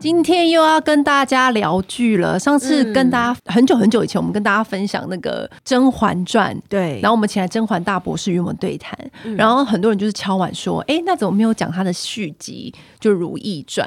今天又要跟大家聊剧了。上次跟大家、很久很久以前，我们跟大家分享那个《甄嬛传》，对然后我们请来甄嬛大博士与我们对谈，然后很多人就是敲碗说，哎、那怎么没有讲她的续集，就《如懿传》？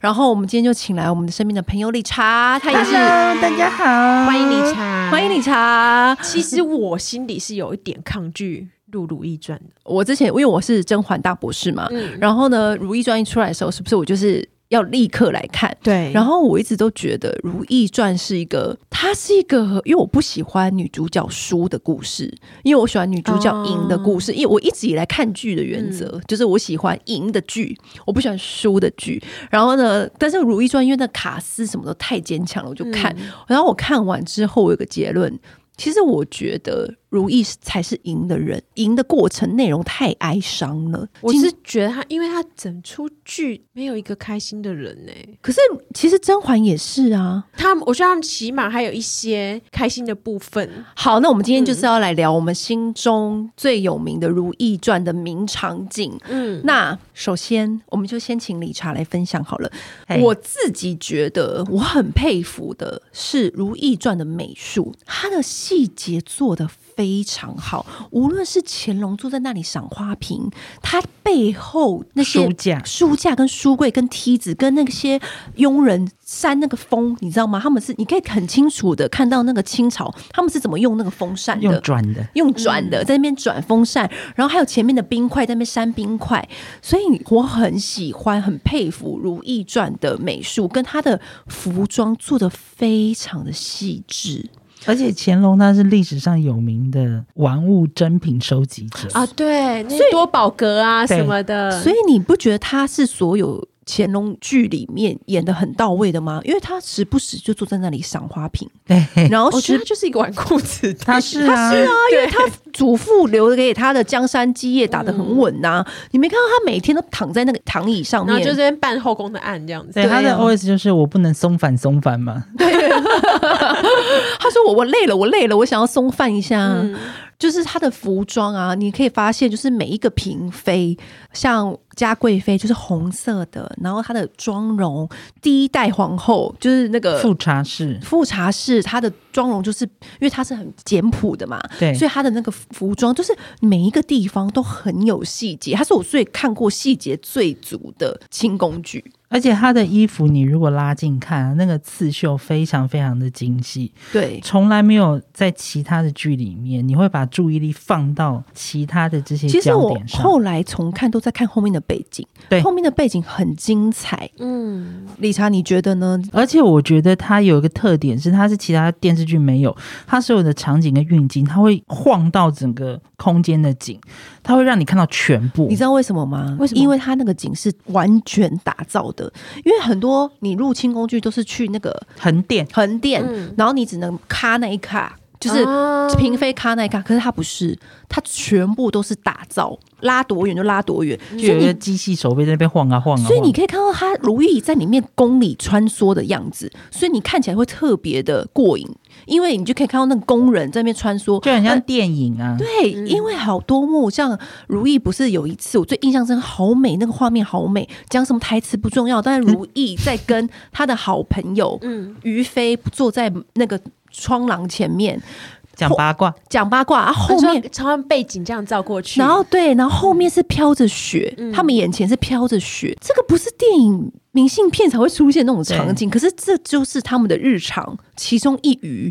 然后我们今天就请来我们的身边的朋友理查，他也是大家好，欢迎理查，欢迎。理查。其实我心里是有一点抗拒《露露易传》的，我之前因为我是甄嬛大博士嘛，嗯，然后呢，《如懿传》一出来的时候，是不是我就是要立刻来看？对然后我一直都觉得《如懿传》是一个，它是一个，因为我不喜欢女主角输的故事，因为我喜欢女主角赢的故哦事。因为我一直以来看剧的原则、嗯就是我喜欢赢的剧，我不喜欢输的剧。然后呢，但是《如懿传》因为那卡斯什么都太坚强了，我就看。嗯然后我看完之后，我有个结论。其实我觉得如懿才是赢的人，赢的过程内容太哀伤了。我今是觉得他，因为他整出剧没有一个开心的人呢、可是其实甄嬛也是啊。他们，我觉得他们起码还有一些开心的部分。好，那我们今天就是要来聊我们心中最有名的《如懿传》的名场景。嗯，那首先，我们就先请理查来分享好了。嘿我自己觉得我很佩服的是《如懿传》的美术，它的细节做的非常好。无论是乾隆坐在那里赏花瓶，它背后那些书架书架跟书柜、跟梯子、跟那些佣人扇那个风，你知道吗？他们是你可以很清楚的看到那个清朝他们是怎么用那个风扇的用，转的，用转嗯的，在那边转风扇，然后还有前面的冰块在那边扇冰块，所以我很喜欢、很佩服《如懿传》的美术，跟她的服装做的非常的细致而且乾隆他是历史上有名的玩物珍品收集者啊，对，那多宝格啊对什么的，所以你不觉得她是所有乾隆剧里面演的很到位的吗？因为她时不时就坐在那里赏花瓶，对，然后我觉时得他就是一个纨绔子弟。他是啊，因为他祖父留给他的江山基业打得很稳呐、你没看到他每天都躺在那个躺椅上嗯然后面，就在那边办后宫的案这样子， 对他的啊 OS 就是我不能松反松反嘛，他说我我累了，我累了，我想要松散一下。啊嗯就是她的服装啊，你可以发现，就是每一个嫔妃，像嘉贵妃就是红色的，然后她的妆容，第一代皇后就是那个富察氏，富察氏，她的妆容就是因为她是很简朴的嘛，对所以她的那个服装就是每一个地方都很有细节，她是我最看过细节最足的清宫剧。而且他的衣服你如果拉近看，那个刺绣非常非常的精细，对，从来没有在其他的剧里面，你会把注意力放到其他的这些其实焦我点上，后来重看都在看后面的背景，对后面的背景很精彩。嗯，理查，你觉得呢？而且我觉得它有一个特点是，它是其他电视剧没有，它所有的场景跟运镜，它会晃到整个空间的景，它会让你看到全部。你知道为什么吗？为什么因为它那个景是完全打造的，因为很多你入侵工具都是去那个横店横店，嗯然后你只能卡那一卡，就是啊嫔妃卡那一卡。可是它不是，它全部都是打造，拉多远就拉多远，所就有以一个你。机器手背在那边晃啊晃啊晃所以你可以看到她如意在里面宫里穿梭的样子，所以你看起来会特别的过瘾，因为你就可以看到那个宫人在那边穿梭，就很那像电影啊。对，因为好多幕，像如懿不是有一次我最印象深刻，好美，那个画面好美，讲什么台词不重要，但是如懿在跟她的好朋友嗯，于妃坐在那个窗廊前面讲八卦，讲八卦，啊、后后面面。从他们背景这样照过去，然后对，然后后面是飘着雪，嗯他们眼前是飘着雪，这个不是电影明信片才会出现那种场景，可是这就是他们的日常其中一隅。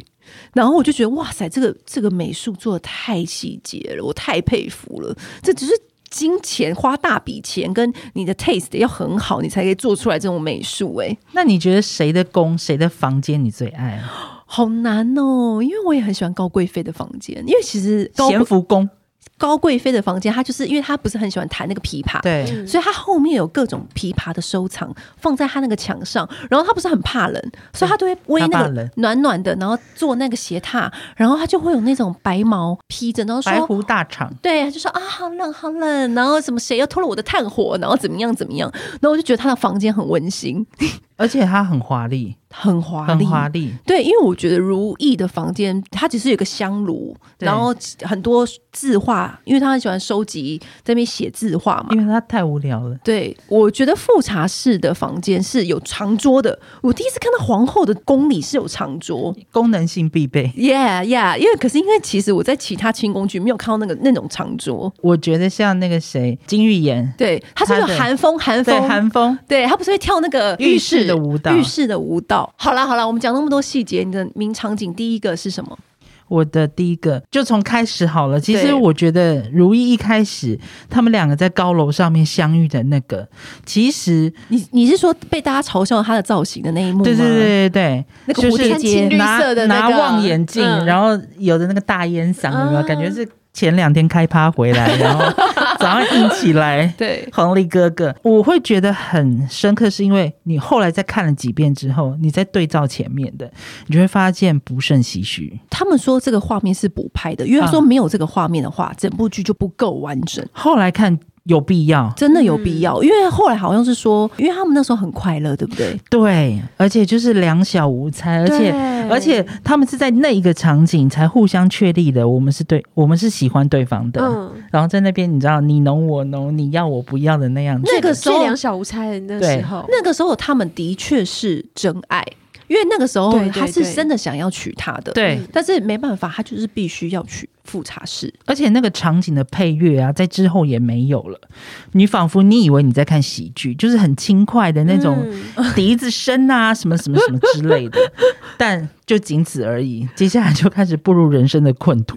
然后我就觉得哇塞，这个这个美术做的太细节了，我太佩服了。这只是金钱花大笔钱，跟你的 taste 要很好，你才可以做出来这种美术、哎，那你觉得谁的宫、谁的房间你最爱？啊好难哦，因为我也很喜欢高贵妃的房间，因为其实高咸福宫高贵妃的房间，她就是因为她不是很喜欢弹那个琵琶，对，嗯所以她后面有各种琵琶的收藏放在她那个墙上。然后她不是很怕冷，所以她都会她微怕那冷个暖暖的，然后做那个斜踏，然后她就会有那种白毛披着，然后白说狐大厂，对，他就说啊，好冷，好冷，然后什么谁又偷了我的炭火，然后怎么样怎么样，然后我就觉得他的房间很温馨，而且它很华丽，很华丽很。华丽。对，因为我觉得如意的房间，它只是有一个香炉，对然后很多字画，因为他很喜欢收集在那边写字画嘛因。为它太无聊了，对，我觉得富察氏的房间是有长桌的，我第一次看到皇后的宫里是有长桌。功能性必备。 Yeah, yeah，因为可是因为其实我在其他清宫剧没有看到那个那种长桌，我觉得像那个谁，金玉妍，对，它是有它的寒风，寒对风，韩风，对他不是会跳那个浴室的舞蹈浴室的舞蹈。好啦好啦，我们讲那么多细节，你的名场景第一个是什么？我的第一个就从开始好了。其实对我觉得如意一开始他们两个在高楼上面相遇的那个，其实你你是说被大家嘲笑他的造型的那一幕吗？对对对对对，那个就蝴是蝶结绿拿色的那拿个望远镜，嗯然后有的那个大烟嗓，有没有啊。感觉是前两天开趴回来，然后早上硬起来对红利哥哥，我会觉得很深刻，是因为你后来再看了几遍之后，你再对照前面的，你就会发现不胜唏嘘。他们说这个画面是补拍的，因为他说没有这个画面的话，整部剧就不够完整。后来看有必要，真的有必要，因为后来好像是说，因为他们那时候很快乐，对不嗯对？对，而且就是两小无猜，而且对而且他们是在那一个场景才互相确立的，我们是对，我们是喜欢对方的。嗯，然后在那边，你知道你侬我侬，你要我不要的那样子。那个时最候两小无猜的那对时候，那个时候他们的确是真爱，因为那个时候对对他是对真的想要娶她的，对，嗯但是没办法，他就是必须要娶富察氏。而且那个场景的配乐啊，在之后也没有了。你仿佛你以为你在看喜剧，就是很轻快的那种嗯笛子声啊，什么什么什么之 类的，但就仅此而已。接下来就开始步入人生的困途。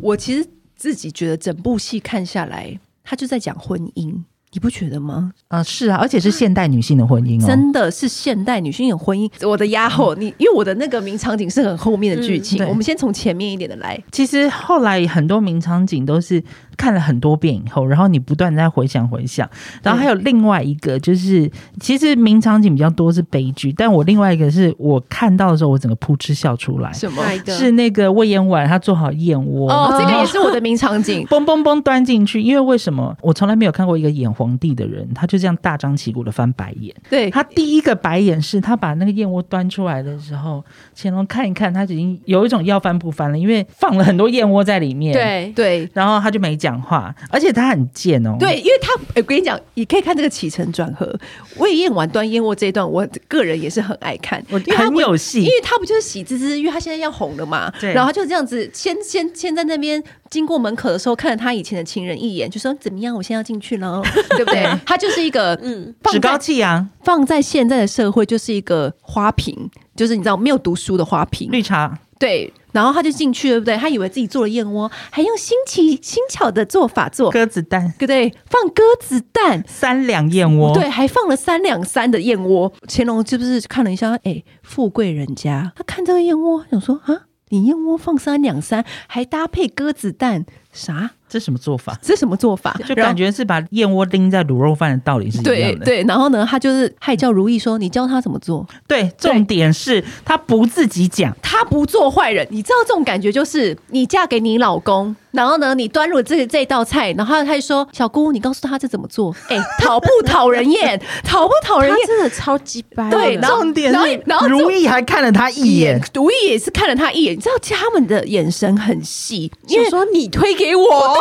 我其实自己觉得整部戏看下来，他就在讲婚姻，你不觉得吗？啊，是啊，而且是现代女性的婚姻哦，真的是现代女性的婚姻。我的丫后，你因为我的那个名场景是很后面的剧嗯情，对我们先从前面一点的来。其实后来很多名场景都是看了很多遍以后，然后你不断地在回想回想，然后还有另外一个就是，其实名场景比较多是悲剧，但我另外一个是我看到的时候，我整个扑哧笑出来，什么哪一个是那个魏延婉她做好燕窝，哦，这然个后。也是我的名场景嘣嘣嘣端进去，因为为什么我从来没有看过一个演皇帝的人，他就这样大张旗鼓的翻白眼。 对，他第一个白眼是他把那个燕窝端出来的时候，乾隆看一看，他已经有一种要翻不翻了，因为放了很多燕窝在里面。。对对。然后他就没讲话，而且他很贱哦。对，因为他，哎我跟你讲，你可以看这个起承转合。魏燕婉端燕窝这一段，我个人也是很爱看，我因为他很会有因戏为，他不就是喜滋滋，因为他现在要红了嘛，对然后他就这样子，先先先在那边经过门口的时候，看了他以前的情人一眼，就说怎么样，我现在要进去 了，对不对？他就是一个嗯，趾放高在气扬，放在现在的社会，就是一个花瓶，就是你知道没有读书的花瓶，绿茶。对。然后他就进去，对不对？他以为自己做了燕窝，还用新奇新巧的做法做，对鸽子蛋，不对？放鸽子蛋，三两燕窝，对，还放了三两三的燕窝。乾隆是不是看了一下？哎、富贵人家，他看这个燕窝，想说啊，你燕窝放三两三，还搭配鸽子蛋，啥？这什么做法？这什么做法？就然后感觉是把燕窝拎在卤肉饭的道理是一对样的。对，然后呢，他就是还叫如意说，你教他怎么做，对，重点是他不自己讲，他不做坏人。你知道这种感觉就是，你嫁给你老公，然后呢，你端入这这道菜，然后他就说，小姑，你告诉他这怎么做？哎、讨不讨人 厌？讨不讨人他厌？真的超级白，对然后重点然后是然后如意还看了他一眼，如意也是看了他一眼，你知道他们的眼神很细，因想为说你推给我，对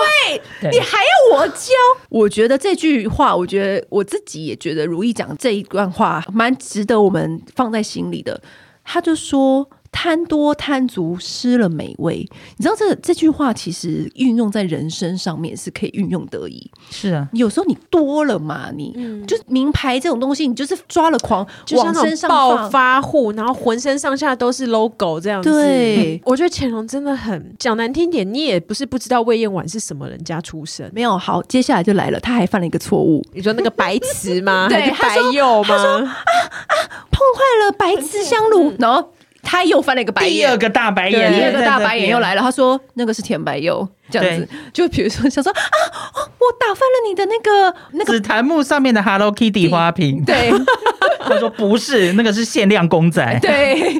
对你还要我教？我觉得这句话，我觉得我自己也觉得如意讲这一段话蛮值得我们放在心里的。他就说。贪多贪足失了美味，你知道这这句话其实运用在人生上面是可以运用得宜。是啊，有时候你多了嘛，你、就是名牌这种东西，你就是抓了狂嗯就像往那身种上暴放，发户，然后浑身上下都是 logo 这样子。对我觉得乾隆真的很讲难听点，你也不是不知道魏燕婉是什么人家出身。没有好，接下来就来了，他还犯了一个错误，你说那个白瓷吗？ 对还是他白说釉吗？碰坏了白瓷香炉，然后。他又翻了一个白眼，第二个大白眼，对第二个大在这白眼边又来了。他说那个是甜白釉，这样子。就比如说想说啊，哦我打翻了你的那个那个紫檀木上面的 Hello Kitty 花瓶，对他说 不是，那个是限量公仔。对，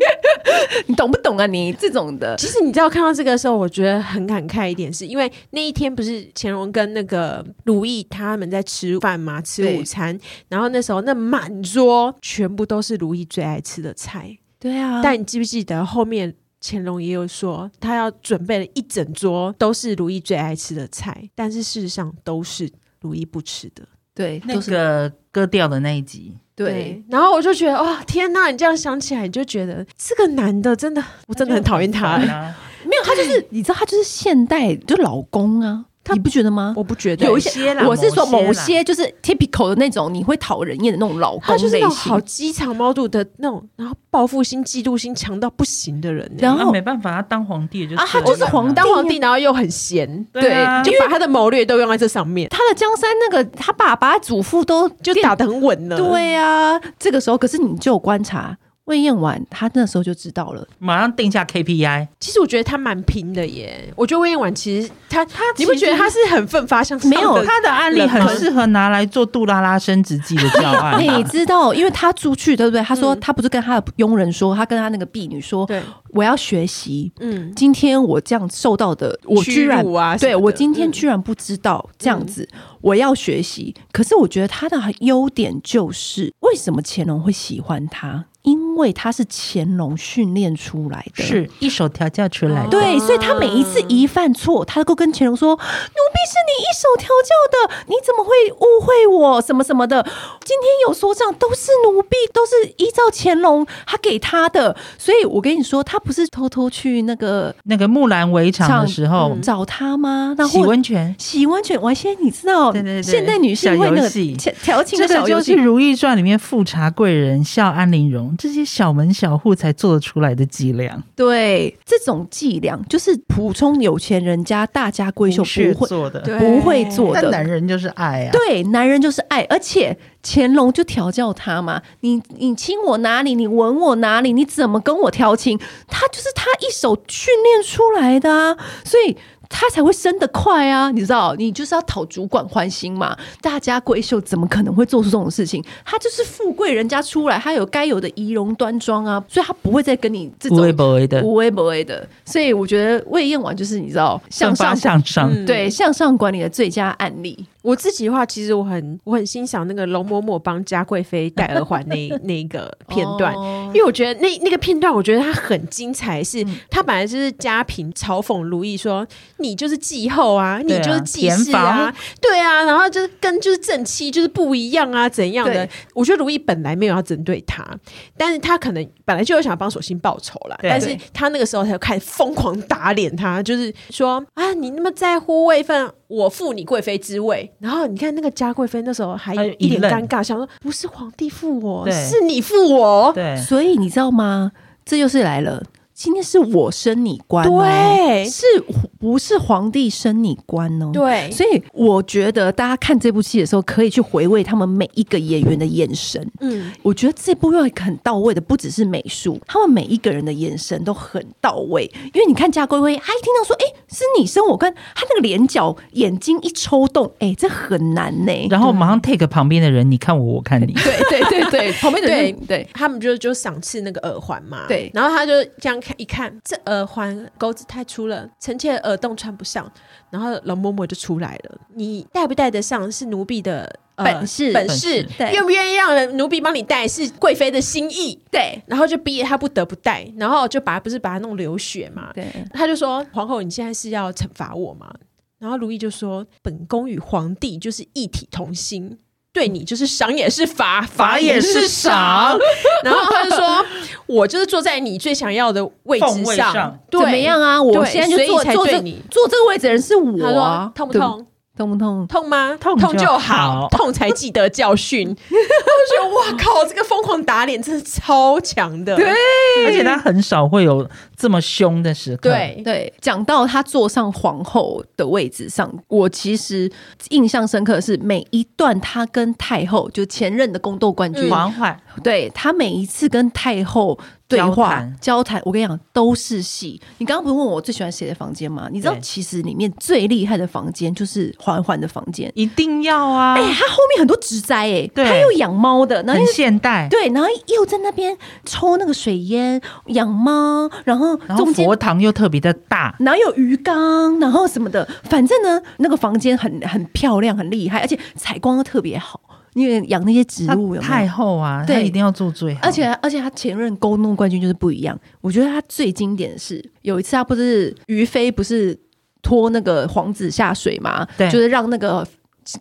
你懂不懂啊？你这种的，其实你知道看到这个的时候，我觉得很感慨一点是，因为那一天不是乾隆跟那个鲁毅他们在吃饭嘛，吃对午餐，然后那时候那满桌全部都是鲁毅最爱吃的菜，对啊但但你记不记得后面乾隆也有说他要准备了一整桌都是鲁毅最爱吃的菜，但是事实上都是鲁毅不吃的。对，那都是个割掉的那一集，对。，然后我就觉得哇、天呐！你这样想起来，你就觉得这个男的真的，我真的很讨厌他。烦啊没有，他就是你知道，他就是现代就老公啊，你不觉得吗？ 我不觉得有一某些些，啦啊我是说某某些些就是 typical 的那种，你会讨人厌的那种老公他就是那类种型好。鸡肠猫肚的那种，然后报复心、嫉妒心强到不行的人欸、然啊，后没办法，他当皇帝就啊他这就是样皇当皇对帝，然后又很闲，对啊就把他的谋略都用在这上面，他的江山那个他爸爸祖父都就打得很稳了。对啊，这个时候可是你就有观察魏燕婉，她那时候就知道 了。马上定下 KPI，其实我觉得他蛮拼的耶。我觉得魏燕婉其实他他，你不其实觉得他是很奋发向上的？没有他的案例很适合拿来做杜拉拉升职记的教案。啊你哎知道，因为她出去对不对？她说哎嗯她不是跟她的佣人说，她跟她那个婢女说，对，我要学习。嗯，今天我这样受到的，我居然屈辱啊什么对的我今天嗯居然不知道这样子，我要学习。可是我觉得他的优点就是，为什么乾隆会喜欢他？因为他是乾隆训练出来的， 是一手调教出来的，对，啊所以他每一次一犯错，他都跟乾隆说：“奴婢是你一手调教的，你怎么会误会我？什么什么的。今天有所长都是奴婢，都是依照乾隆他给他的。所以我跟你说，他不是偷偷去那个那个木兰围场的时候嗯，找他吗？那洗或温泉，洗温泉，我现在你知道，对对对现代女性小会那个游戏调调情这的个小游就是戏《如懿传》里面富察贵人、孝安陵容这些小门小户才做得出来的伎俩，对，这种伎俩就是普通有钱人家大家闺秀是不会做的。对不会做但的。男人就是爱啊，对，男人就是爱，而且乾隆就调教他嘛，你你亲我哪里，你吻我哪里，你怎么跟我调情，他就是他一手训练出来的啊，所以。他才会升得快啊，你知道，你就是要讨主管欢心嘛。大家闺秀怎么可能会做出这种事情？他就是富贵人家出来，他有该有的仪容端庄啊，所以他不会再跟你这不种为不为的，无微不为的。所以我觉得魏燕婉就是你知道向奋发上向上。嗯对向上管理的最佳案例。我自己的话，其实我很我很欣赏那个容嬷嬷帮嘉贵妃戴耳环 那那一个片段，哦因为我觉得那那个片段，我觉得它很精彩是，嗯她本来就是嘉平嘲讽如意说你就是继后啊，你对啊就是继室严啊，对啊，然后就是跟就是正妻就是不一样啊，怎样的对？我觉得如意本来没有要针对他，但是他可能本来就有想帮索性报仇啦，对但是他那个时候才开始疯狂打脸他，就是说啊，你那么在乎位分，我付你贵妃之位。然后你看那个嘉贵妃那时候还还有一一脸愣尴尬，想说不是皇帝付我，对是你付我。 对，所以你知道吗？这就是来了，今天是我升你官、哦，对是不是皇帝升你官哦？。对，所以我觉得大家看这部戏的时候，可以去回味他们每一个演员的眼神。嗯，我觉得这部又很到位的，不只是美术，他们每一个人的眼神都很到位。因为你看家龟龟，他一听到说“哎、是你升我官”，他那个脸角、眼睛一抽动，哎、这很难呢、然后马上 take 旁边的人，你看我，我看你，对对对对，旁边的人对对他们就就赏赐那个耳环嘛，对然后他就这样看一看，这耳环钩子太粗了，臣妾耳洞穿不上，然后容嬷嬷就出来了，你戴不戴得上是奴婢的。呃本事本事本事，对愿不愿意让人奴婢帮你戴是贵妃的心意，对然后就逼得他不得不戴，然后就把他不是把他弄流血嘛，对，他就说：“皇后，你现在是要惩罚我吗？”然后如意就说：“本宫与皇帝就是一体同心，对你就是赏也是罚， 罚也是”是赏。然后他就说：“我就是坐在你最想要的位置凤位上对，怎么？样啊？我对现在就所以坐才坐对这你坐这个位置的人是他我啊说：“，痛不对？痛？痛不痛？痛吗？痛痛就好好，痛才记得教 训。”我就觉得哇靠，这个疯狂打脸真的超强的，对而且他很少会有这么凶的时刻。，对对，讲到他坐上皇后的位置上，我其实印象深刻的是每一段他跟太后，就前任的宫斗冠军，嗯嬛，对他每一次跟太后对交话谈交谈，我跟你讲都是戏。你刚刚不是问我最喜欢谁的房间吗？你知道对其实里面最厉害的房间就是环环的房间。一定要啊，哎、他后面很多植栽哎、对他又养猫的，然后很又现代。对，然后又在那边抽那个水烟养猫，然后然后中间佛堂又特别的大，哪有鱼缸，然后什么的，反正呢，那个房间很很漂亮，很厉害，而且采光都特别好，因为养那些植他物有没太有？后啊，他对一定要做最好，而且而且他前任勾弄冠军就是不一样，我觉得他最经典的是有一次他不是于飞不是拖那个皇子下水嘛，对就是让那个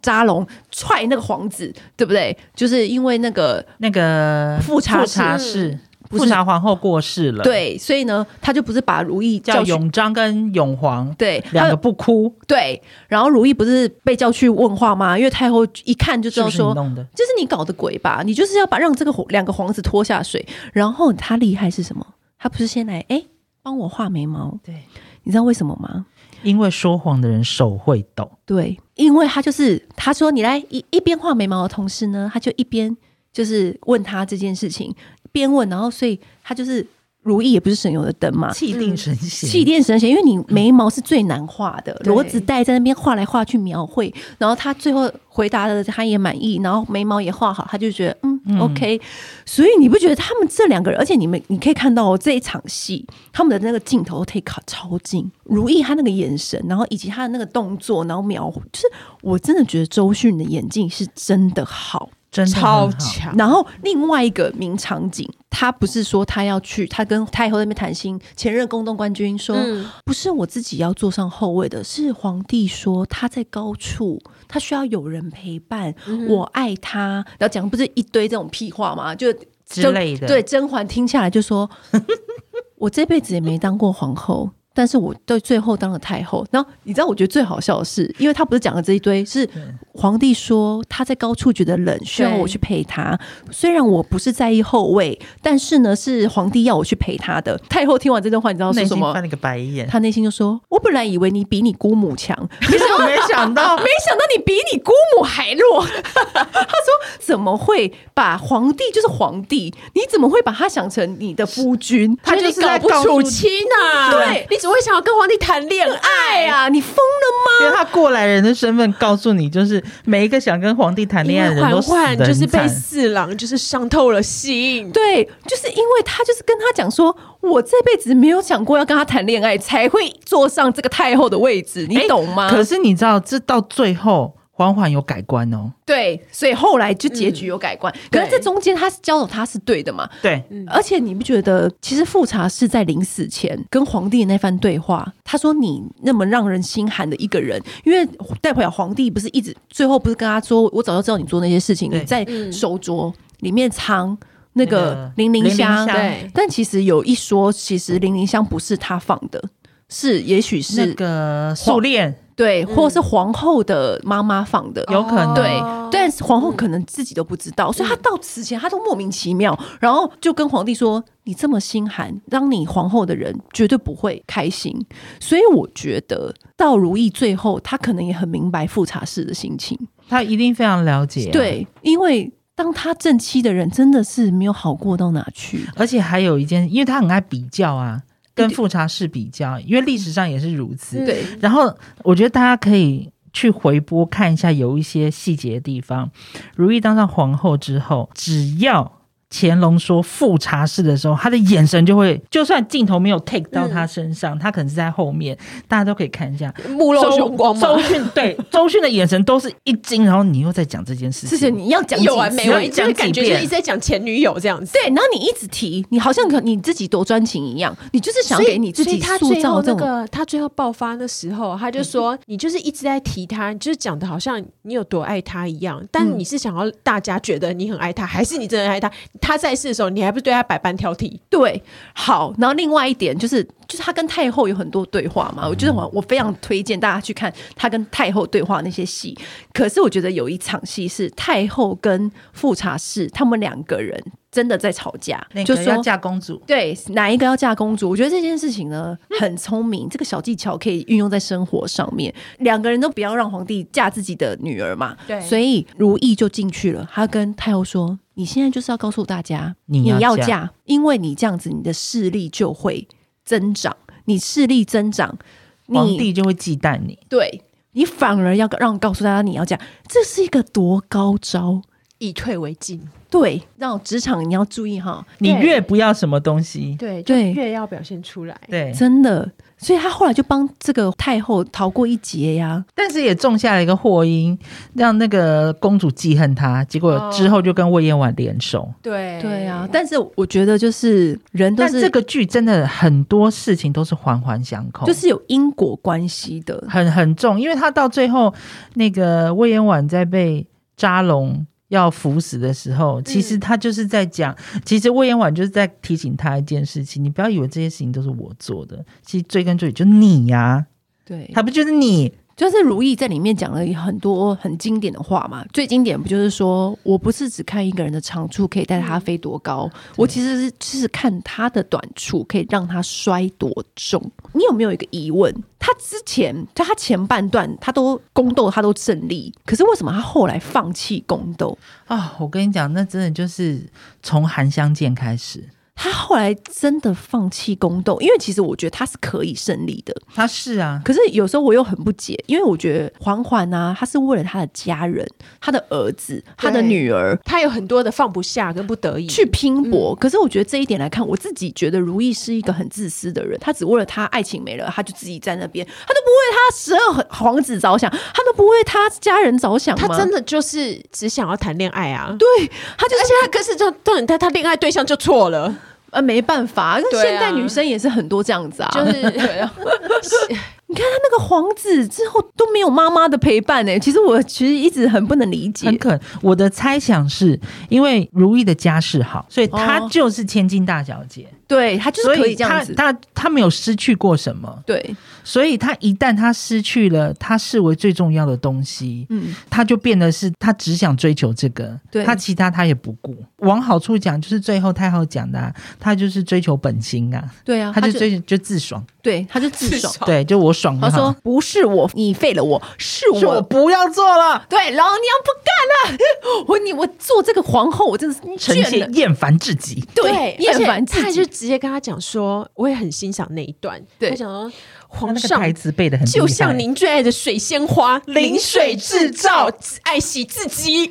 扎龙踹那个皇子，对不对？就是因为那个那个富察富察氏氏，不是富察皇后过世了，，对，所以呢，他就不是把如意叫去永章跟永皇对两他个不哭，对，然后如意不是被叫去问话吗？因为太后一看就是知道不是你说，弄的？这是你搞的鬼吧？你就是要把让这个皇两个皇子拖下水。然后他厉害是什么？他不是先来哎帮我画眉毛，对，你知道为什么吗？因为说谎的人手会抖，对，因为他就是他说你来一一边画眉毛的同时呢，他就一边就是问他这件事情，边问，然后所以他就是如意也不是省油的灯嘛，嗯气定神闲，气垫神闲，因为你眉毛是最难画的，对裸子带在那边画来画去描绘，然后他最后回答的他也满意，然后眉毛也画好，他就觉得嗯 OK，所以你不觉得他们这两个人，而且你们你可以看到、哦、这一场戏，他们的那个镜头 take 超近，如意她那个眼神，然后以及她的那个动作，然后描绘，就是我真的觉得周迅的演技是真的好。真的很超好强，然后另外一个名场景，他不是说他要去，他跟太后那边谈心，前任宫斗冠军说，嗯不是我自己要坐上后位的，是皇帝说他在高处，他需要有人陪伴，嗯我爱他。然后讲不是一堆这种屁话吗？就之类的，对，甄嬛听下来就说：“ 我这辈子也没当过皇后，但是我对最后当了太后。”然后你知道，我觉得最好笑的是，因为他不是讲了这一堆，是皇帝说他在高处觉得冷，需要我去陪他。虽然我不是在意后位，但是呢，是皇帝要我去陪他的。太后听完这段话，你知道内说什心么翻？了个白眼，她内心就说：“我本来以为你比你姑母强，没想到没想到没想到你比你姑母还弱。 他说怎么会把皇帝就是皇帝，你怎么会把他想成你的夫君？他觉得就你是搞在不告出诉去亲呐，对你只会想要跟皇帝谈恋爱爱啊。啊！你疯了因为他过来人的身份告诉你，就是每一个想跟皇帝谈因恋爱的为人嬛都死得嬛很就是被惨四郎就是伤透了心吗？，对，就是因为他就是跟他讲说，我这辈子没有想过要跟他谈恋爱，才会坐上这个太后的位置，你懂吗？哎可是你知道，这到最后嬛嬛有改观哦，对，所以后来就嗯结局有改观。可是这中间他是教导他是对的嘛？对，而且你不觉得，其实富察氏在临死前跟皇帝的那番对话，他说你那么让人心寒的一个人，因为代表皇帝不是一直最后不是跟他说，我早就知道你做那些事情，对你在嗯手镯里面藏那个那个零零零香，零香对但其实有一说，其实零零香不是他放的，是也许是、那个嗯素恋对，或是皇后的妈妈放的，有可能对哦，嗯但是皇后可能自己都不知道，所以她到此前她都莫名其妙，然后就跟皇帝说：“你这么心寒，当你皇后的人绝对不会开心。”所以我觉得到如意最后，她可能也很明白富察氏的心情，他一定非常了啊解、，啊对，因为当她正妻的人真的是没有好过到哪去，而且还有一件，因为他很爱比较啊，跟富察氏比较，因为历史上也是如此。嗯对然后我觉得大家可以去回播看一下，有一些细节的地方。如懿当上皇后之后，只要乾隆说富察氏的时候，他的眼神就嗯会，就算镜头没有 take 到他身上，他可能是在后面，大家都可以看一下。目露凶光嘛周，迅对 周迅的眼神都是一惊，然后你又在讲这件事谢谢情，你要讲 有几完次没完，就讲是感觉就几遍是一直在讲前女友这样子。对，然后你一直提，你好像可你自己多专情一样，你就是想所以给你自所以己他塑最造后这那种个他最后爆发的时候，他就 说：“你就是一直在提他，你就是讲的好像你有多爱他一样，但你是想要大家觉得你很爱他，还是你真的爱他？他在世的时候，你还不是对他百般挑剔？对，好，然后另外一点就是，就是他跟太后有很多对话嗯嘛，我觉得我我非常推荐大家去看他跟太后对话那些戏。可是我觉得有一场戏是太后跟富察氏他们两个人真的在吵架，那就个要说。嫁公主，对，哪一个要嫁公主？我觉得这件事情呢很聪明，这个小技巧可以运用在生活上面。两个人都不要让皇帝嫁自己的女儿嘛，对所以如意就进去了，她跟太后说：“你现在就是要告诉大家，你你要要嫁嫁，因为你这样子，你的势力就会增长，你势力增长，你皇帝就会忌惮你。对你反而要让告诉大家你要这样，这是一个多高招。以退为进，对，让职场你要注意哈，你对越不要什么东西，对就对越要表现出来。对，真的。所以他后来就帮这个太后逃过一劫呀。但是也种下了一个祸因，让那个公主记恨他，结果哦之后就跟魏延婉联手。对对啊，但是我觉得就是人都但是这个剧真的很多事情都是环环相扣，就是有因果关系的。很很重，因为他到最后那个魏延婉在被扎龙。要扶死的时嗯候，其实他就是在讲，其实魏延婉就是在提醒他一件事情：你不要以为这些事情都是我做的，其实追根究底就你呀、对，他不就是你？就是如意在里面讲了很多很经典的话嘛，最经典不就是说我不是只看一个人的长处可以带他飞多高，我其实是是看他的短处可以让他摔多重。你有没有一个疑问？他之前就他前半段他都宫斗他都胜利，可是为什么他后来放弃宫斗？啊、我跟你讲，那真的就是从韩香见开始，他后来真的放弃宫斗，因为其实我觉得他是可以胜利的，他是啊，可是有时候我又很不解，因为我觉得嬛嬛啊，她是为了她的家人、她的儿子、她的女儿他有很多的放不下跟不得已，去拼搏。可是我觉得这一点来看，我自己觉得如懿是一个很自私的人，她只为了她爱情没了，她就自己在那边，她都不为她十二皇子着想，她都不为她家人着想他吗真的就是只想要谈恋爱啊。对，她就而是且他可是这重点，但他恋爱对象就错了，呃没办法，那对啊现代女生也是很多这样子啊。就是对 啊，你看她那个皇子之后都没有妈妈的陪伴呢、欸其实我其实一直很不能理解很，可能。我的猜想是因为如意的家世好，所以她哦就是千金大小姐，对她就是所可以以这样子。她她她没有失去过什么，对，所以她一旦她失去了她视为最重要的东西，嗯，她就变得是她只想追求这个，对她其他她也不顾。往好处讲，就是最后太后讲的、啊，她就是追求本心啊，对啊，她就就追就自爽，对，他就自爽。对，就我爽就他好。说：“不是我，你废了我，是我。是我不要做了。对，老娘不干了！ 我你我做这个皇后，我真的是臣倦妾了。厌烦至极，对，而厌且烦他自就己。直接跟他讲说，我也很欣赏那一段，对他讲说他皇那个上台词背的很厉害就像您最爱的水仙花，临临水水制制造造，爱惜自己。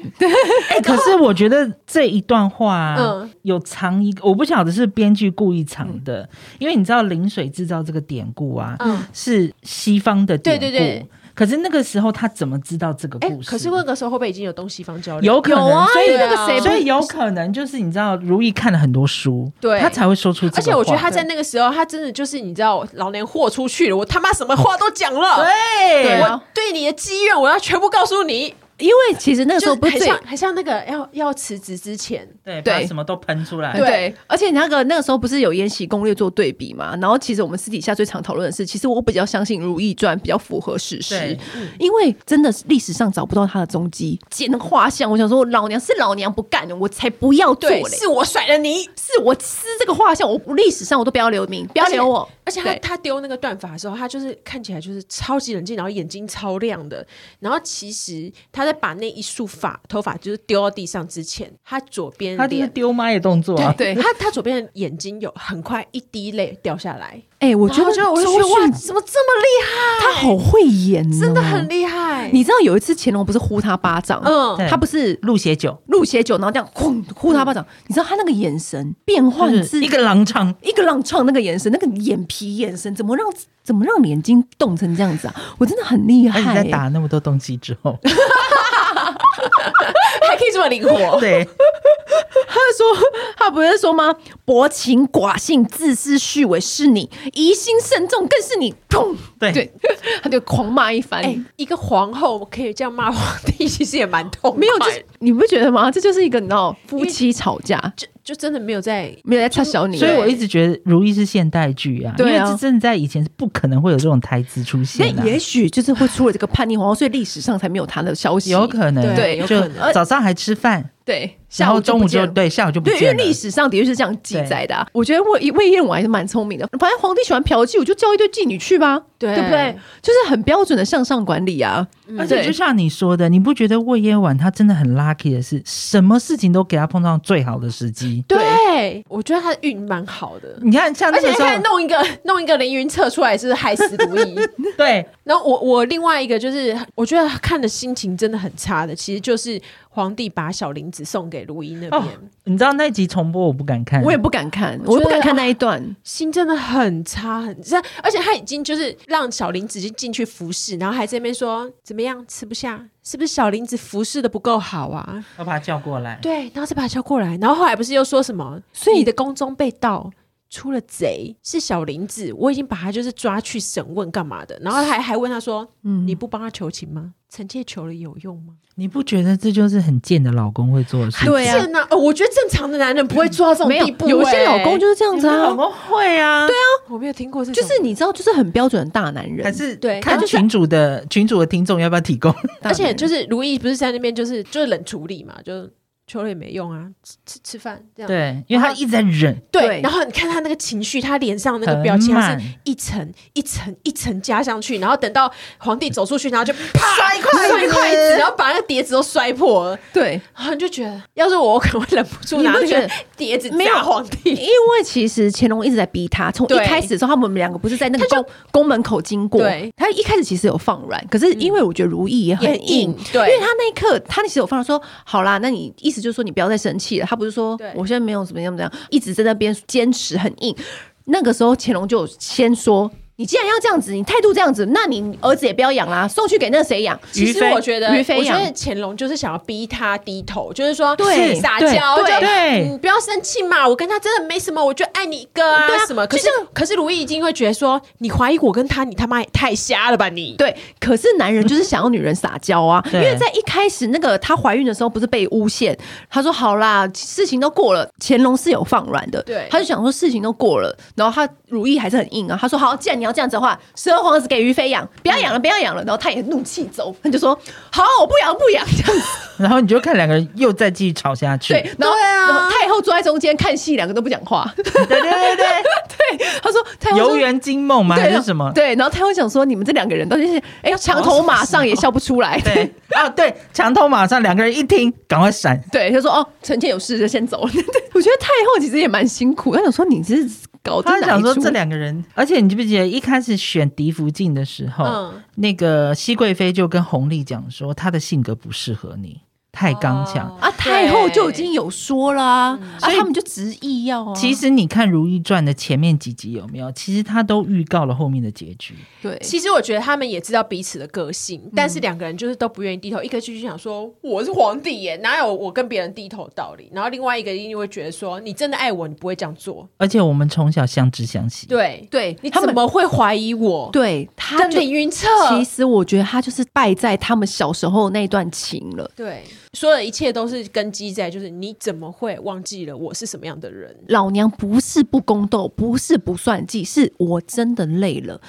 哎、可是我觉得这一段话、嗯有藏一个，我不晓得是编剧故意藏的，因为你知道“临水制造”这个典故啊，嗯，是西方的典故。对对对可是那个时候他怎么知道这个哎故，事？可是那个时候会不会已经有东西方交流？有可能，有啊所以有那个谁不所以有可能就是你知道，如意看了很多书，对他才会说出这个话。而且我觉得他在那个时候，他真的就是你知道，老娘豁出去了，我他妈什么话都讲了，对对啊我对你的积怨，我要全部告诉你。因为其实那个时就候是不是很最像很像那个要要辞职之前，对对把什么都喷出来。对对，而且那个那个时候不是有《延禧攻略》做对比嘛？然后其实我们私底下最常讨论的是，其实我比较相信《如懿传》比较符合事实对，因为真的是历史上找不到他的踪迹，见画像。我想说，老娘是老娘不干的，我才不要做嘞对，。是我甩了你。是我撕这个画像，我历史上我都不要留名，不要留我。而且他对他丢那个断发的时候，他就是看起来就是超级冷静，然后眼睛超亮的。然后其实他在把那一束发头发就是丢到地上之前，他左边他就是脸，丢妈的动作啊！对他他左边的眼睛有很快一滴泪掉下来。哎、我觉然后得我觉得我就周觉得哇，迅怎么这么厉害？他好会演、哦真的很。厉害。你知道有一次乾隆不是呼他巴掌，嗯对他不是陆写酒入血酒，然后这样轰呼他巴掌，你知道他那个眼神变换就是是嗯一个狼唱，一个浪唱那个眼神，那个眼皮眼神，怎么让怎么让眼睛动成这样子啊？我真的很厉害、而且欸，哎在打那么多东西之 后，还可以这么灵活，对。说他不是说吗？薄情寡信、自私虚伪是你，疑心慎重更是你。砰！对对，他就狂骂一番。哎、一个皇后可以这样骂皇帝，其实也蛮痛快的。没有，就是你不觉得吗？这就是一个你知道夫妻吵架，就就真的没有在没有在插小你，所以我一直觉得《如懿》是现代剧啊，对啊因为这真的在以前是不可能会有这种台词出那现的、啊也许就是会出了这个叛逆皇后，所以历史上才没有他的消息。有可能，对有就可能早上还吃饭，对，然下后午中不午见就了对，下午就不对，因为见了历。史上的确是这样记载的啊、我觉得魏魏燕我还是蛮聪明的，反正皇帝喜欢嫖妓，我就叫一堆妓女去吧，对对不对？就是很标准的向上管理啊。嗯而且对就像你说的，你不觉得魏夜晚他真的很 lucky 的是，什么事情都给他碰到最好的时机？对，我觉得他的运蛮好的。你看，像那而且个他时看候，弄一个 弄一个凌云册出来，是不是害死如 意？对，然后我我另外一个就是，我觉得看的心情真的很差的，其实就是皇帝把小林子送给如懿那边，哦你知道那集重播我不敢看，我也不敢看，我我觉得也不敢看那一段。心真的很差很差，而且他已经就是让小林子就进去服侍，然后还在那边说怎么样吃不下，是不是小林子服侍的不够好啊？要把他叫过来。对，然后再把他叫过来，然后后来不是又说什么？所以你的宫中被盗，出了贼，是小林子，我已经把他就是抓去审问干嘛的，然后还还问他说，嗯你不帮他求情吗？臣妾求了有用吗？你不觉得这就是很贱的老公会做的事情？对啊天哪、哦！我觉得正常的男人不会做到这种啊没有地步、，欸有一些老公就是是这样欸你子们啊老，公会啊，对啊，我没有听过这种，就是你知道，就是很标准的大男人，还是对看他就是群主的群主的听众要不要提供？大男人而且就是如意不是在那边就是就是冷处理嘛，就求了也没用啊，吃吃吃饭这样。对，因为他一直在忍，对对然后你看他那个情绪，他脸上那个很表情，他慢是一层一层一层加上去，然后等到皇帝走出去，然后就啪摔筷子摔筷子，然后把那个碟子都摔破了。对。然后你就觉得，要是我，我可能会忍不 住你拿不那觉个得碟子没有砸皇因 帝。为其实乾隆一直在逼他，从一对开始的时候，他们两个不是在那个他宫宫门口经过对，他一开始其实有放软，可是因为我觉得如意也很也很硬硬，对因为他那一刻他其实有放软说，好啦，那你意思就是说你不要再生气了，他不是说对我现在没有怎么样怎么样，一直在那边坚持很硬。那个时候乾隆就有先说，你既然要这样子，你态度这样子，那你儿子也不要养啦，送去给那个谁养。其实于飞我觉得，于飞我觉扬得乾隆就是想要逼他低头，就是说对撒对娇，对就嗯对你不要生气嘛，我跟他真的没什么，我就爱你一个啊，对啊什么？可就是可是如意已经会觉得说，你怀疑我跟他，你他妈也太瞎了吧你？对，可是男人就是想要女人撒娇啊，因 对为在一开始那个她怀孕的时候，不是被诬陷，她说好啦，事情都过了，乾隆是有放软的，对他就想说事情都过了，然后他如意还是很硬啊，他说好，既然你要这样子的话，十二皇子给于妃养，不要养嗯了，不要养了，然后他也怒气走，他就说 好，我不养不养这样子，然后你就看两个人又再继续吵下去。对，然后然后太后坐在中间看戏，两个都不讲话，啊对对对 对，对，他说太后游说园惊梦吗？还对是什么？对，然后太后想说你们这两个人到底是哎墙吵头什么马时候上也笑不出来，哦对啊，对，墙头马上两个人一听，赶快闪。对，他说哦，臣妾有事就先走了。对 我觉得太后其实也蛮辛苦，她想说你这是搞这他哪想一说出？这两个人，而且你记不记得一开始选狄福晋的时候，嗯那个熹贵妃就跟弘历讲说，她的性格不适合你，太刚强。哦啊，太后就已经有说了啊，啊所以他们就执意要啊。其实你看《如懿传》的前面几集有没有？其实他都预告了后面的结局。对，其实我觉得他们也知道彼此的个性，但是两个人就是都不愿意低头。一个就是想说我是皇帝耶，哪有我跟别人低头的道理？然后另外一个一定会觉得说你真的爱我，你不会这样做。而且我们从小相知相惜，对，对你他怎们么会怀疑我？对他跟就凌云彻，其实我觉得他就是败在他们小时候那一段情了。对，所有的一切都是根基在，就是你怎么会忘记了我是什么样的人？老娘不是不宫斗，不是不算计，是我真的累了。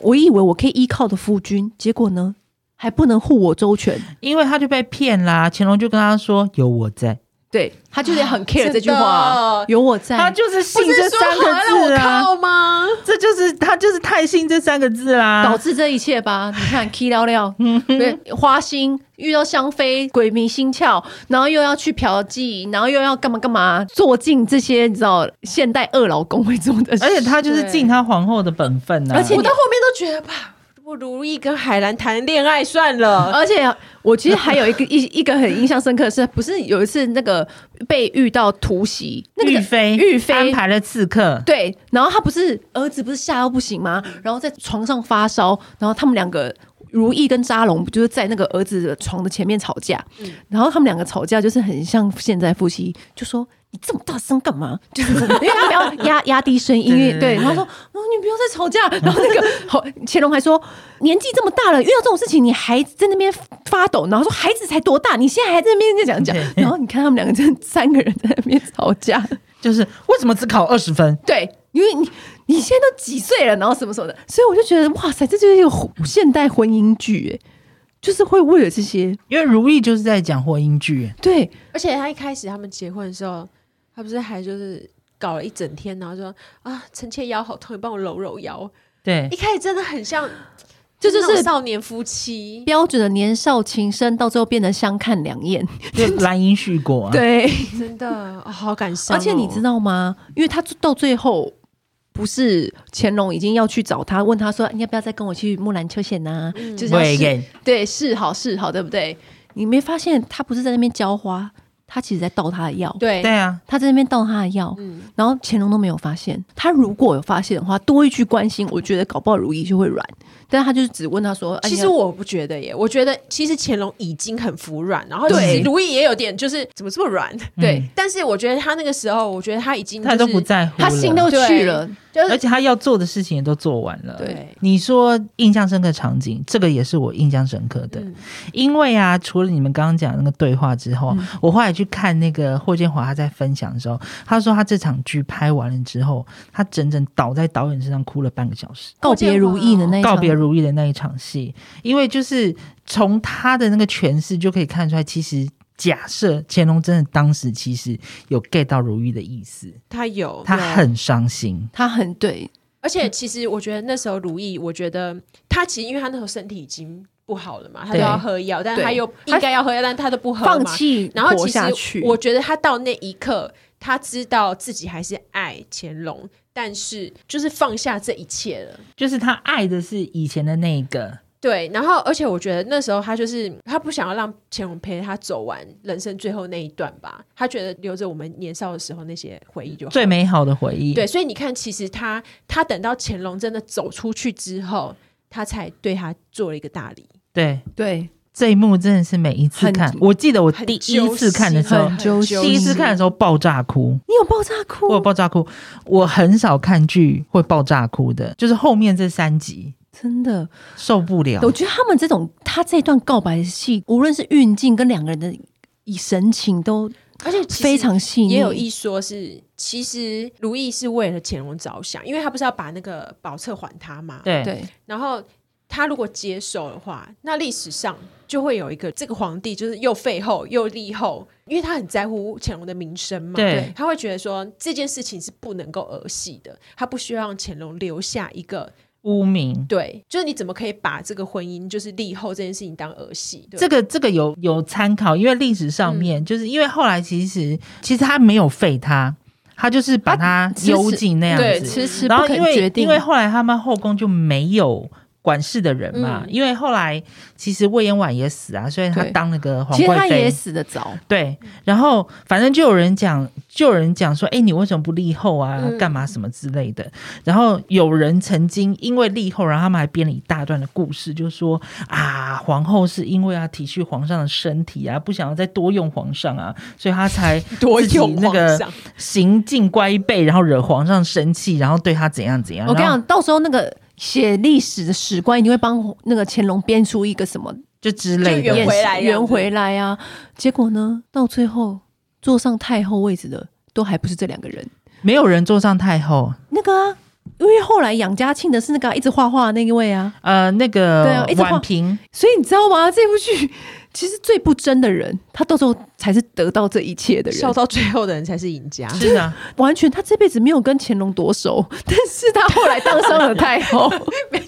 我以为我可以依靠的夫君，结果呢，还不能护我周全。因为他就被骗啦。乾隆就跟他说：“有我在。对他就是很 care 真这句话啊的，有我”在，他就是信不这是说三好个让字我啊，靠吗？这就是他就是太信这三个字啦。导致这一切吧。 你看，K 聊聊，嗯对，花心遇到香妃，鬼迷心窍，然后又要去嫖妓，然后又要干嘛干嘛，做尽这些你知道现代恶老公会做的事。而且他就是对尽他皇后的本分啊呐、而且我你到后面都觉得吧，不如意跟海兰谈恋爱算了。而且我其实还有一个一 一个很印象深刻的是，不是有一次那个被遇到突袭，那个玉妃玉妃安排了刺客，对，然后他不是儿子不是吓到不行吗？然后在床上发烧，然后他们两个如意跟扎龙不就是在那个儿子的床的前面吵架，然后他们两个吵架就是很像现在夫妻，就说。你这么大声干嘛？就是因为他们要压压低声音，因为对对对，对然后说哦，你不要再吵架。 然后那个好，乾隆还说年纪这么大了，遇到这种事情你还在那边发抖，然后说孩子才多大，你现在还在那边在讲讲对。然后你看他们两个真的三个人在那边吵架，就是为什么只考二十分？对，因为你你现在都几岁了，然后什么什么的，所以我就觉得哇塞，这就是一个婚现代婚姻剧，哎，就是会为了这些，因为如意就是在讲婚姻剧，对而且他一开始他们结婚的时候，他不是还就是搞了一整天，然后说啊，臣妾腰好痛，你帮我揉揉腰。对一开始真的很像，这是就是那种少年夫妻。标准的年少情深，到最后变得相看两厌，就兰因絮果、啊。，对，真的、哦好感伤哦、而且你知道吗？因为他到最后。不是乾隆已经要去找他，问他说：“你要不要再跟我去木兰秋险呐、就是要喂试给对，是好是好，对不对？你没发现他不是在那边浇花，他其实在倒他的药，对对啊，他在那边倒他的药，嗯，然后乾隆都没有发现。他如果有发现的话，多一句关心，我觉得搞不好如懿就会软。但他就是只问他说，哎其实你要我不觉得耶，我觉得其实乾隆已经很服软，然后其对实如意也有点就是怎么这么软，对嗯但是我觉得他那个时候，我觉得他已经、就是、他都不在乎他了，心都去了，就是而且他要做的事情也都做完了。对，你说印象深刻场景，这个也是我印象深刻的，嗯因为啊，除了你们刚刚讲的那个对话之后，嗯我后来去看那个霍建华他在分享的时候，他说他这场剧拍完了之后，他整整倒在导演身上哭了半个小时。告别如懿的那一告场别如意的那一场戏，因为就是从他的那个诠释就可以看出来，其实假设乾隆真的当时其实有 get 到如意的意思，他有他有很伤心。他很对，而且其实我觉得那时候如意，我觉得她其实因为她那时候身体已经不好了嘛，她都对要喝药，但对她又应该要喝药，但她都不喝嘛放。弃然后活其下实去。我觉得她到那一刻，她知道自己还是爱乾隆，但是就是放下这一切了。就是他爱的是以前的那一个，对，然后而且我觉得那时候她就是她不想要让乾隆陪她走完人生最后那一段吧，她觉得留着我们年少的时候那些回忆就好。最美好的回忆。对，，所以你看，其实他他等到乾隆真的走出去之后，他才对他做了一个大礼。对，对，这一幕真的是每一次很看，我记得我很第一揪次看的心时候很，揪心第一次看的时候爆炸哭，你有爆炸哭我有，爆炸哭。我很少看剧会爆炸哭的，就是后面这三集真的，受不了。我觉得他们这种他这段告白戏，无论是运镜跟两个人的以神情都而且其实非常细腻，也有一说是，其实如意是为了乾隆着想，因为他不是要把那个宝册还他嘛。。对对然后他如果接受的话，那历史上就会有一个这个皇帝就是又废后又立后，因为他很在乎乾隆的名声嘛。对他会觉得说这件事情是不能够儿戏的，他不需要让乾隆留下一个污名。对，就是你怎么可以把这个婚姻就是立后这件事情当儿戏？对这个这个有有参考，因为历史上面、就是因为后来其实其实他没有废他，他就是把他迟迟幽禁那样对，子。迟迟不然后肯因为决定，因为后来他们后宫就没有管事的人嘛，嗯因为后来其实魏延婉也死啊，虽然他对当那个皇其实贵他也妃，死得早，对，然后反正就有人讲，就有人讲说，哎，你为什么不立后啊？嗯干嘛什么之类的。然后有人曾经因为立后，然后他们还编了一大段的故事，就说啊，皇后是因为要体恤皇上的身体啊，不想要再多用皇上啊，所以她才 多自己用那皇个上，行径乖悖，然后惹皇上生气，然后对他怎样怎样。我跟你然后讲，到时候那个写历史的史官一定会帮那个乾隆编出一个什么就之类就圆的。回来这样子圆回来啊。结果呢，到最后坐上太后位置的都还不是这两个人，没有人坐上太后，那个啊，因为后来养家庆的是那个啊、一直画画的那一位啊，呃，那对啊个一直晃婉嫔，所以你知道吗？这部剧其实最不争的人，他到最后才是得到这一切的笑人。到最后的人才是赢家。是的，完全他这辈子没有跟乾隆夺手，但是他后来当上了太 后，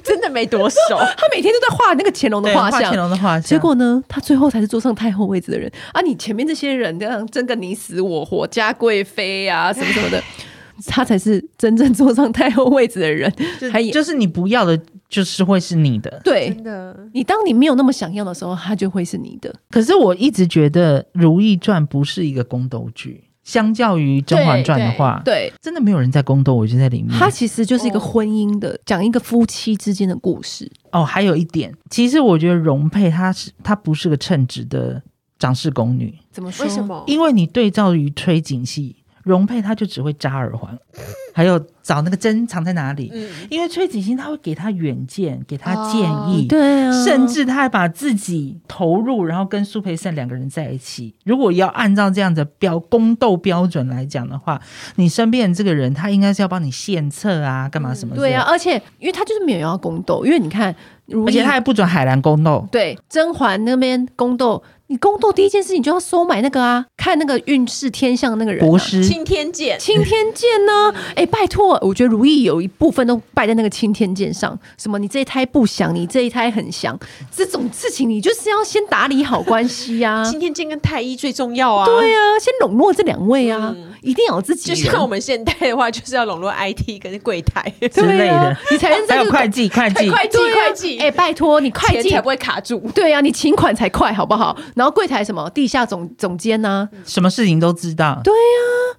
真的没多熟，他每天都在画那个乾隆的对，画画像乾。隆的画像。结果呢，他最后才是坐上太后位置的人啊！你前面这些人这样争个你死我活，嘉贵妃 啊什么什么的，他才是真正坐上太后位置的 人。就还有就是你不要的，就是会是你的。对真的。你，当你没有那么想要的时候，他就会是你的。可是我一直觉得《如懿传》不是一个宫斗剧，相较于《甄嬛传》的话，对，真的没有人在宫斗，我就在里面。他其实就是一个婚姻的，讲一个夫妻之间的故事。哦，还有一点，其实我觉得容佩她是她不是个称职的长室宫女，怎么说？为什？么？因为你对照于吹景戏，容佩她就只会扎耳环，还有找那个针藏在哪里。嗯，因为崔子欣他会给他远见，给他建哦议，对啊，甚至他还把自己投入，然后跟苏培盛两个人在一起。如果要按照这样的标宫斗标准来讲的话，你身边的这个人他应该是要帮你献策啊，干嘛什么之类对的啊，，而且因为他就是没有要宫斗，因为你看如而懿且他还不准海兰宫斗。对甄嬛那边宫斗，你宫斗第一件事情就要收买那个啊，看那个运势天象的那个人、啊，国师青天剑，青天剑呢？哎、拜托，我觉得如意有一部分都败在那个青天剑上。什么？你这一胎不祥，你这一胎很祥，这种事情你就是要先打理好关系呀、青天剑跟太医最重要啊。啊对啊，先笼络这两位啊，嗯一定要有自己就人。像我们现代的话，就是要笼络 IT 跟柜台，之类对啊的，你才能还在有这个会计，会计，会计对啊会计哎、拜托你会钱计才不。会卡住。对啊，你请款才快好不好？然后柜台什么地下总总监呐、嗯什么事情都知道。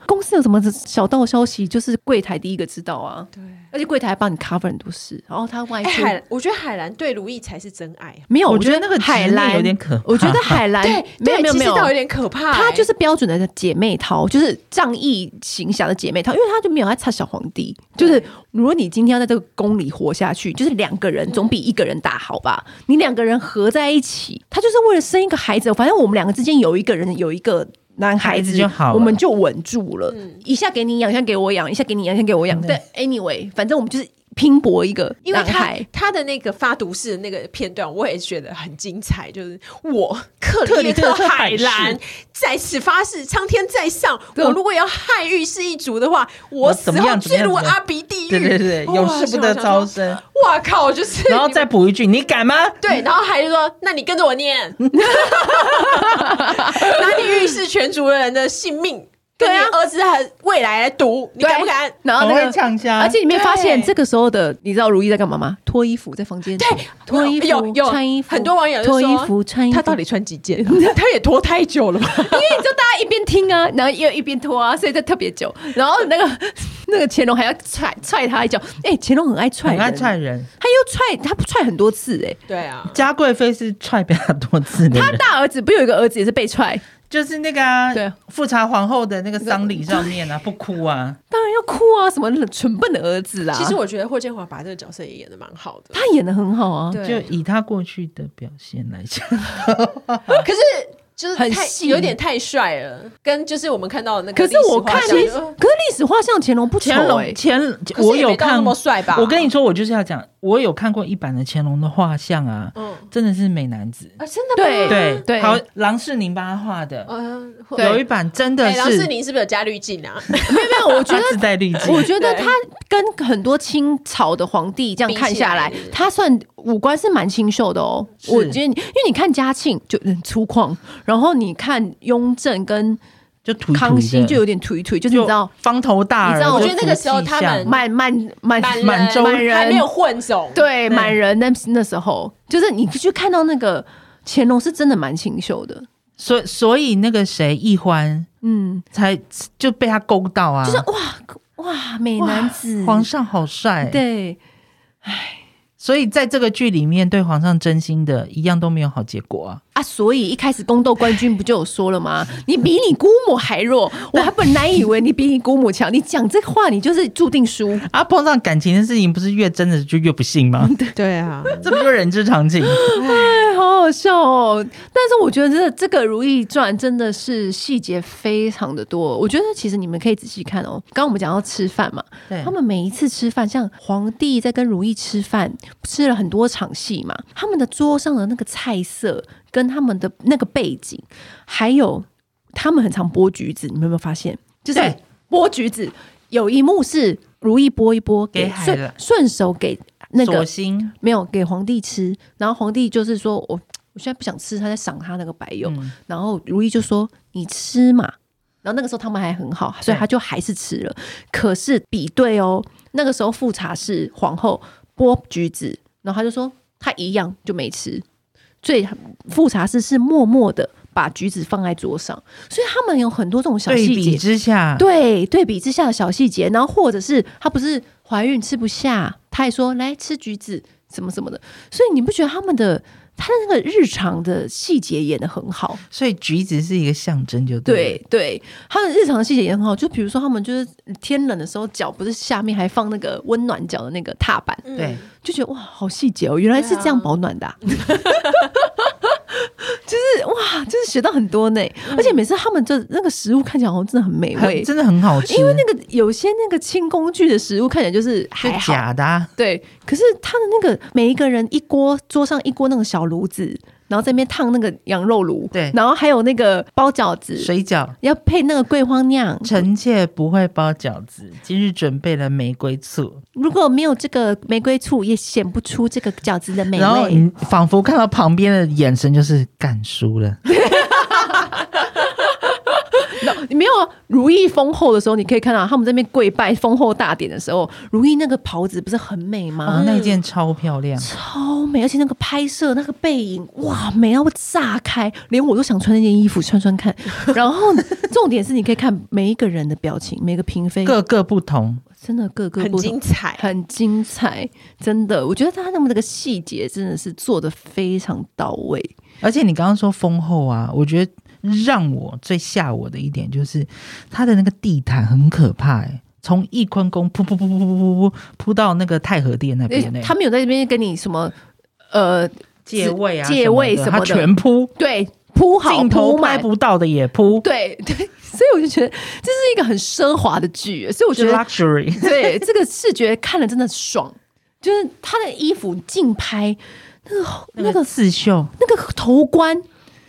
公司有什么小道消息，就是柜台第一个知道啊。对，而且柜台还帮你 cover 很多事，然后他外哎，出、海，我觉得海兰对如意才是真爱。啊没有，我我觉得那个海执念兰有点可怕我觉得海 兰对，哎没有对没有其没实倒有有。点可怕。欸她就是标准的姐妹淘，就是仗义行侠的姐妹淘，因为她就没有在差小皇帝。就是如果你今天要在这个宫里活下去，就是两个人总比一个人打好吧？你两个人合在一起，她就是为了生一个孩子，反正我们两个之间有一个人有一个男孩孩子子就好了我们就稳住了。嗯一下给你养，一下给我养，一下给你养，一下给我养。嗯但 anyway，反正我们就是拼搏一个因为男他孩。他的那个发毒誓的那个片段，我也觉得很精彩。就是我克克里里特特特海百兰世在此发誓，苍天在上，对我如果要害玉氏一族的话，我死怎么后样怎么坠样入怎么样阿鼻地狱。对对对，哇有事不得招。生。哇我想说哇靠！就是然后你们再补一句，你敢吗？对，然后还就说：“那你跟着我 念，拿你玉氏全族的人的性命，跟你对啊儿子和未来来赌，你对敢不敢？”然后很那会个呛虾，而且你没发现对这个时候的，你知道如意在干嘛吗？脱衣服在房间，对脱衣服，有有穿衣服，很多网友就脱说衣服穿衣服，他到底穿几件啊、他也拖太久 了吧？因为你知道大家一边听啊，然后又一边脱啊，所以这特别久。然后那个 那个乾隆还要踹踹他一脚，哎、乾隆很爱踹，很爱踹，人。他又踹，他踹很多次、哎。对啊，嘉贵妃是踹比他多次的他人，大儿子不有一个儿子也是被踹，就是那个啊对，富察皇后的那个丧礼上面啊，不哭啊，当然要哭啊！什么蠢笨的儿子啊！其实我觉得霍建华把这个角色也演的蛮好的，他演的很好啊，就以他过去的表现来 讲，可是就是很太细有点太帅了，跟就是我们看到的那个可历是史画我像，看，可是历史画像乾隆不丑乾哎、 隆乾，欸可是我也有没到那看么帅吧？我跟你说，我就是要讲，我有看过一版的乾隆的画像啊，嗯真的是美男子。啊，真的对吗？对对好，郎世宁帮他画的，嗯，对有一版真的哎，郎世是宁是不是有加滤镜啊？没有没有，我觉他得自 带滤镜我，觉得对他跟很多清朝的皇帝这样看下来比起来，他算五官是蛮清秀的哦。是我觉得你，因为你看嘉庆就很粗犷，然后你看雍正跟就土康熙就有点颓颓，就是你知道方头大耳，你知道我觉得那个时候他们满满哎满满人满洲满人还没有混种，对对满人那那时候，就是你去看到那个乾隆是真的蛮清秀的，所所以那个谁易欢嗯，才就被他勾到啊，就是哇哇美男子，皇上好帅，，对。所以在这个剧里面对皇上真心的一样都没有好结 果啊，啊，所以一开始宫斗冠军不就有说了吗？ 你比你姑母还弱，我还本来以为你比你姑母强，你讲这话你就是注定输。啊，碰上感情的事情不是越真的就越不信吗？对啊， 这不就人之常 情？哎，好好笑哦！但是我觉得这这个《如懿传》真的是细节非常的多，我觉得其实你们可以仔细看哦。刚刚我们讲到吃饭嘛，对他，们每一次吃饭，像皇帝在跟如懿吃饭，吃了很多场戏嘛。他们的桌上的那个菜色，跟他们的那个背景，还有他们很常剥橘子，你们有没有发现？就是对剥橘子，有一幕是如懿剥一剥，给给海顺了顺手给那索个性没有给皇帝吃，然后皇帝就是说我我现在不想吃，他在赏他那个白柚，嗯然后如意就说：“你吃嘛。”然后那个时候他们还很好，所以对他就还是吃了。可是比对哦，那个时候富察是皇后剥橘子，然后他就说他一样就没吃，所以富察氏是默默的把橘子放在桌上，所以他们有很多这种小对细比节，之下，对对比之下的小细节，然后或者是她不是怀孕吃不下，她也说来吃橘子什么什么的，所以你不觉得他们的他的那个日常的细节演的很好。所以橘子是一个象征，就对了。对对，他的日常细节也很好，就比如说他们就是天冷的时候，脚不是下面还放那个温暖脚的那个踏板，嗯对，就觉得哇，好细节哦，原来是这样保暖 的啊、就是哇，就是学到很多呢，而且每次他们就那个食物看起来好像真的嗯很美很味，真的很好吃，嗯因为那个有些那个轻工具的食物看起来就是还是好，假的、啊，对，可是他的那个每一个人一锅桌上一锅那个小炉子，然后在那边烫那个羊肉炉，对然后还有那个包饺子，水饺。要配那个桂花酿。臣妾不会包饺子，今日准备了玫瑰醋。如果没有这个玫瑰醋，也显不出这个饺子的美然后味。你仿佛看到旁边的眼神就是干输了，嗯你没有啊如意丰厚的时候，你可以看到他们这边跪拜丰厚大典的时候，如意那个袍子不是很美啊，吗？那件超漂亮。超美，而且那个拍摄那个背影，哇，美到炸开，连我都想穿那件衣服穿穿 看。然后重点是，你可以看每一个人的表情，每个嫔妃各个不同，真的各个很不精同，彩。很精彩，真的，我觉得他们这个细节真的是做的非常到位。而且你刚刚说丰厚啊，我觉得让我最吓我的一点就是它的那个地毯很可怕、欸，从翊坤宫扑扑扑扑扑扑扑扑到那个太和殿那边、欸，哎他们有在这边跟你什么呃，借位啊什么的，借位什么的他全扑，对，铺好镜头铺拍满，不到的也扑，对对，所以我就觉得这是一个很奢华的剧，所以我觉就得 luxury。 对，这个视觉看了真的爽，就是他的衣服竞拍，那个刺绣，那个头冠。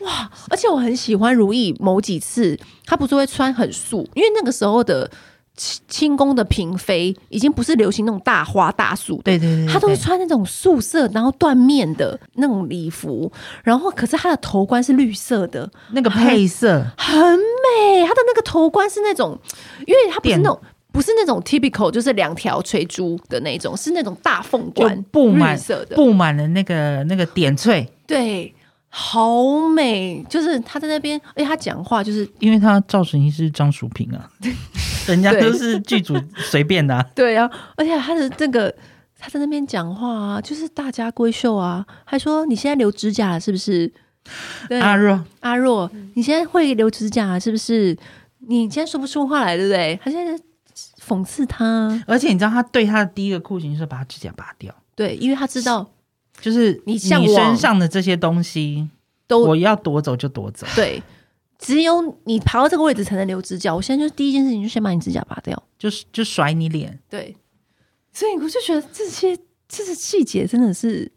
哇！而且我很喜欢如意某几次，她不是会穿很素，因为那个时候的清清宫的嫔妃已经不是流行那种大花大素的，对对对对她都对是穿那种素色，然后缎面的那种礼服，然后可是她的头冠是绿色的，那个配色，很美。她的那个头冠是那种，因为它不是那种。不是那种 typical，就是两条垂珠的那种，是那种大凤就冠，布满绿色的，布满了那个那个点缀，对，好美。就是她在那边，而且她讲话就是因为他造型是张淑平啊，人家都是剧组随便的啊、对啊，而且他的这个他在那边讲话啊，就是大家闺秀啊，还说你现在留指甲了是不是？对，阿若阿若，你现在会留指甲了是不是？你现在说不出话来，对不对？他现在讽刺他，而且你知道，他对他的第一个酷刑是把他指甲拔掉，对，因为他知道就是你你向往身上的这些东西，都我要夺走就夺走。对，只有你爬到这个位置才能留指甲。我现在就是第一件事情，就先把你指甲拔掉。就是就甩你脸，对，所以我就觉得这些这些细节真的是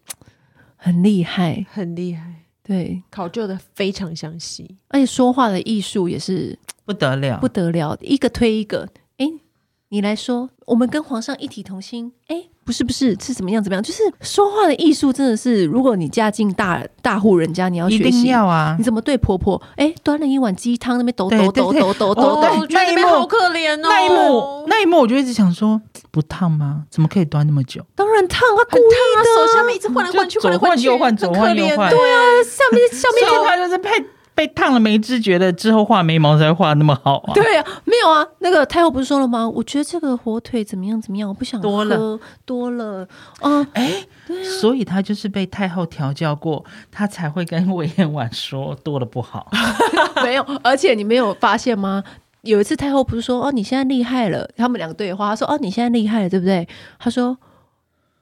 很厉害，很厉害，对。考究的非常详细。而且说话的艺术也是不得了不。得啊了，一个推一个。哎，你来说，我们跟皇上一体同心。哎，不是不是，是怎么样怎么样？就是说话的艺术真的是，如果你家境大大户人家，你要一学定习。要啊你！怎么对婆婆？哎，端了一碗鸡汤，那边抖对抖对抖对抖抖抖哦抖我。觉得那边好可怜哦，那一幕，那一幕，我就一直想说，不烫吗？怎么可以端那么久？当然烫啊，故很意烫啊，手下面一直换来换去，就左来换去，右换，很左可换怜右换。对，啊，上面上 面所以就他就是被被烫了没知觉的，之后画眉毛才画那么好啊。对啊，没有啊。那个太后不是说了吗？我觉得这个火腿怎么样怎么样，我不想多了喝多了。嗯，哎，所以他就是被太后调教过，他才会跟魏延婉说多了不好。 没有，而且你没有发现吗？有一次太后不是说哦，你现在厉害了，他们两个对话，她说哦，你现在厉害了，对不对？她说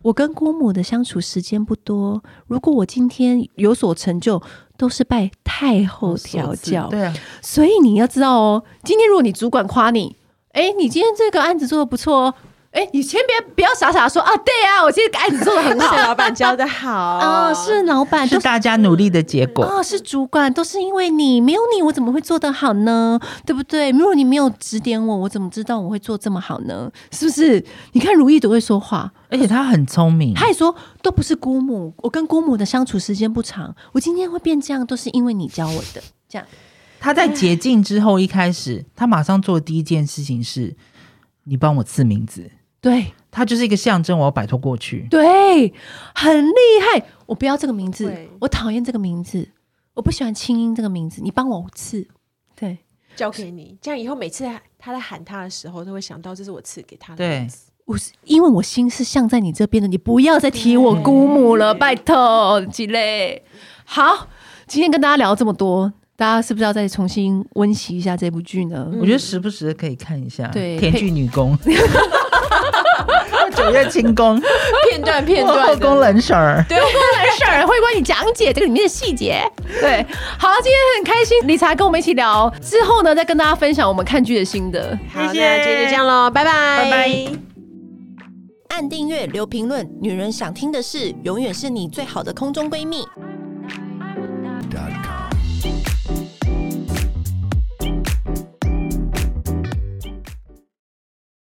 我跟姑母的相处时间不多，如果我今天有所成就，都是拜太后调教。对啊，所以你要知道哦，今天如果你主管夸你，哎，你今天这个案子做的不错哦，哎，你先别不要傻傻说啊，对啊，我今天案子 做的很好是老 板教的好啊、哦是老板是都大家努力的结果。哦，是主管，都是因为你，没有你，我怎么会做得好呢？对不对？如果你没有指点我，我怎么知道我会做这么好呢？是不是？你看如意多会说话，而且他很聪明，她也说都不是姑母，我跟姑母的相处时间不长，我今天会变这样，都是因为你教我的。这样，他在解禁之后一开始，他马上做的第一件事情是，你帮我赐名字。对他就是一个象征，我要摆脱过去。对，很厉害。我不要这个名字对，我讨厌这个名字，我不喜欢清音这个名字，你帮我刺。对，交给你，这样以后每次他在喊他的时候，都会想到这是我赐给他的对名字。我是因为我心是向在你这边的，你不要再提我姑母了，拜托，几类。好，今天跟大家聊这么多，大家是不是要再重新温习一下这部剧呢？我觉得时不时可以看一下，对甜剧女工， 九月清宫， 片段片段后的宫冷婶儿。对，我过来事儿会帮你讲解这个里面的细节。对，好，今天很开心，理查跟我们一起聊，之后呢再跟大家分享我们看剧的心得。好，那谢今谢天就这样喽，拜拜，拜拜。按订阅，留评论，女人想听的事，永远是你最好的空中闺蜜。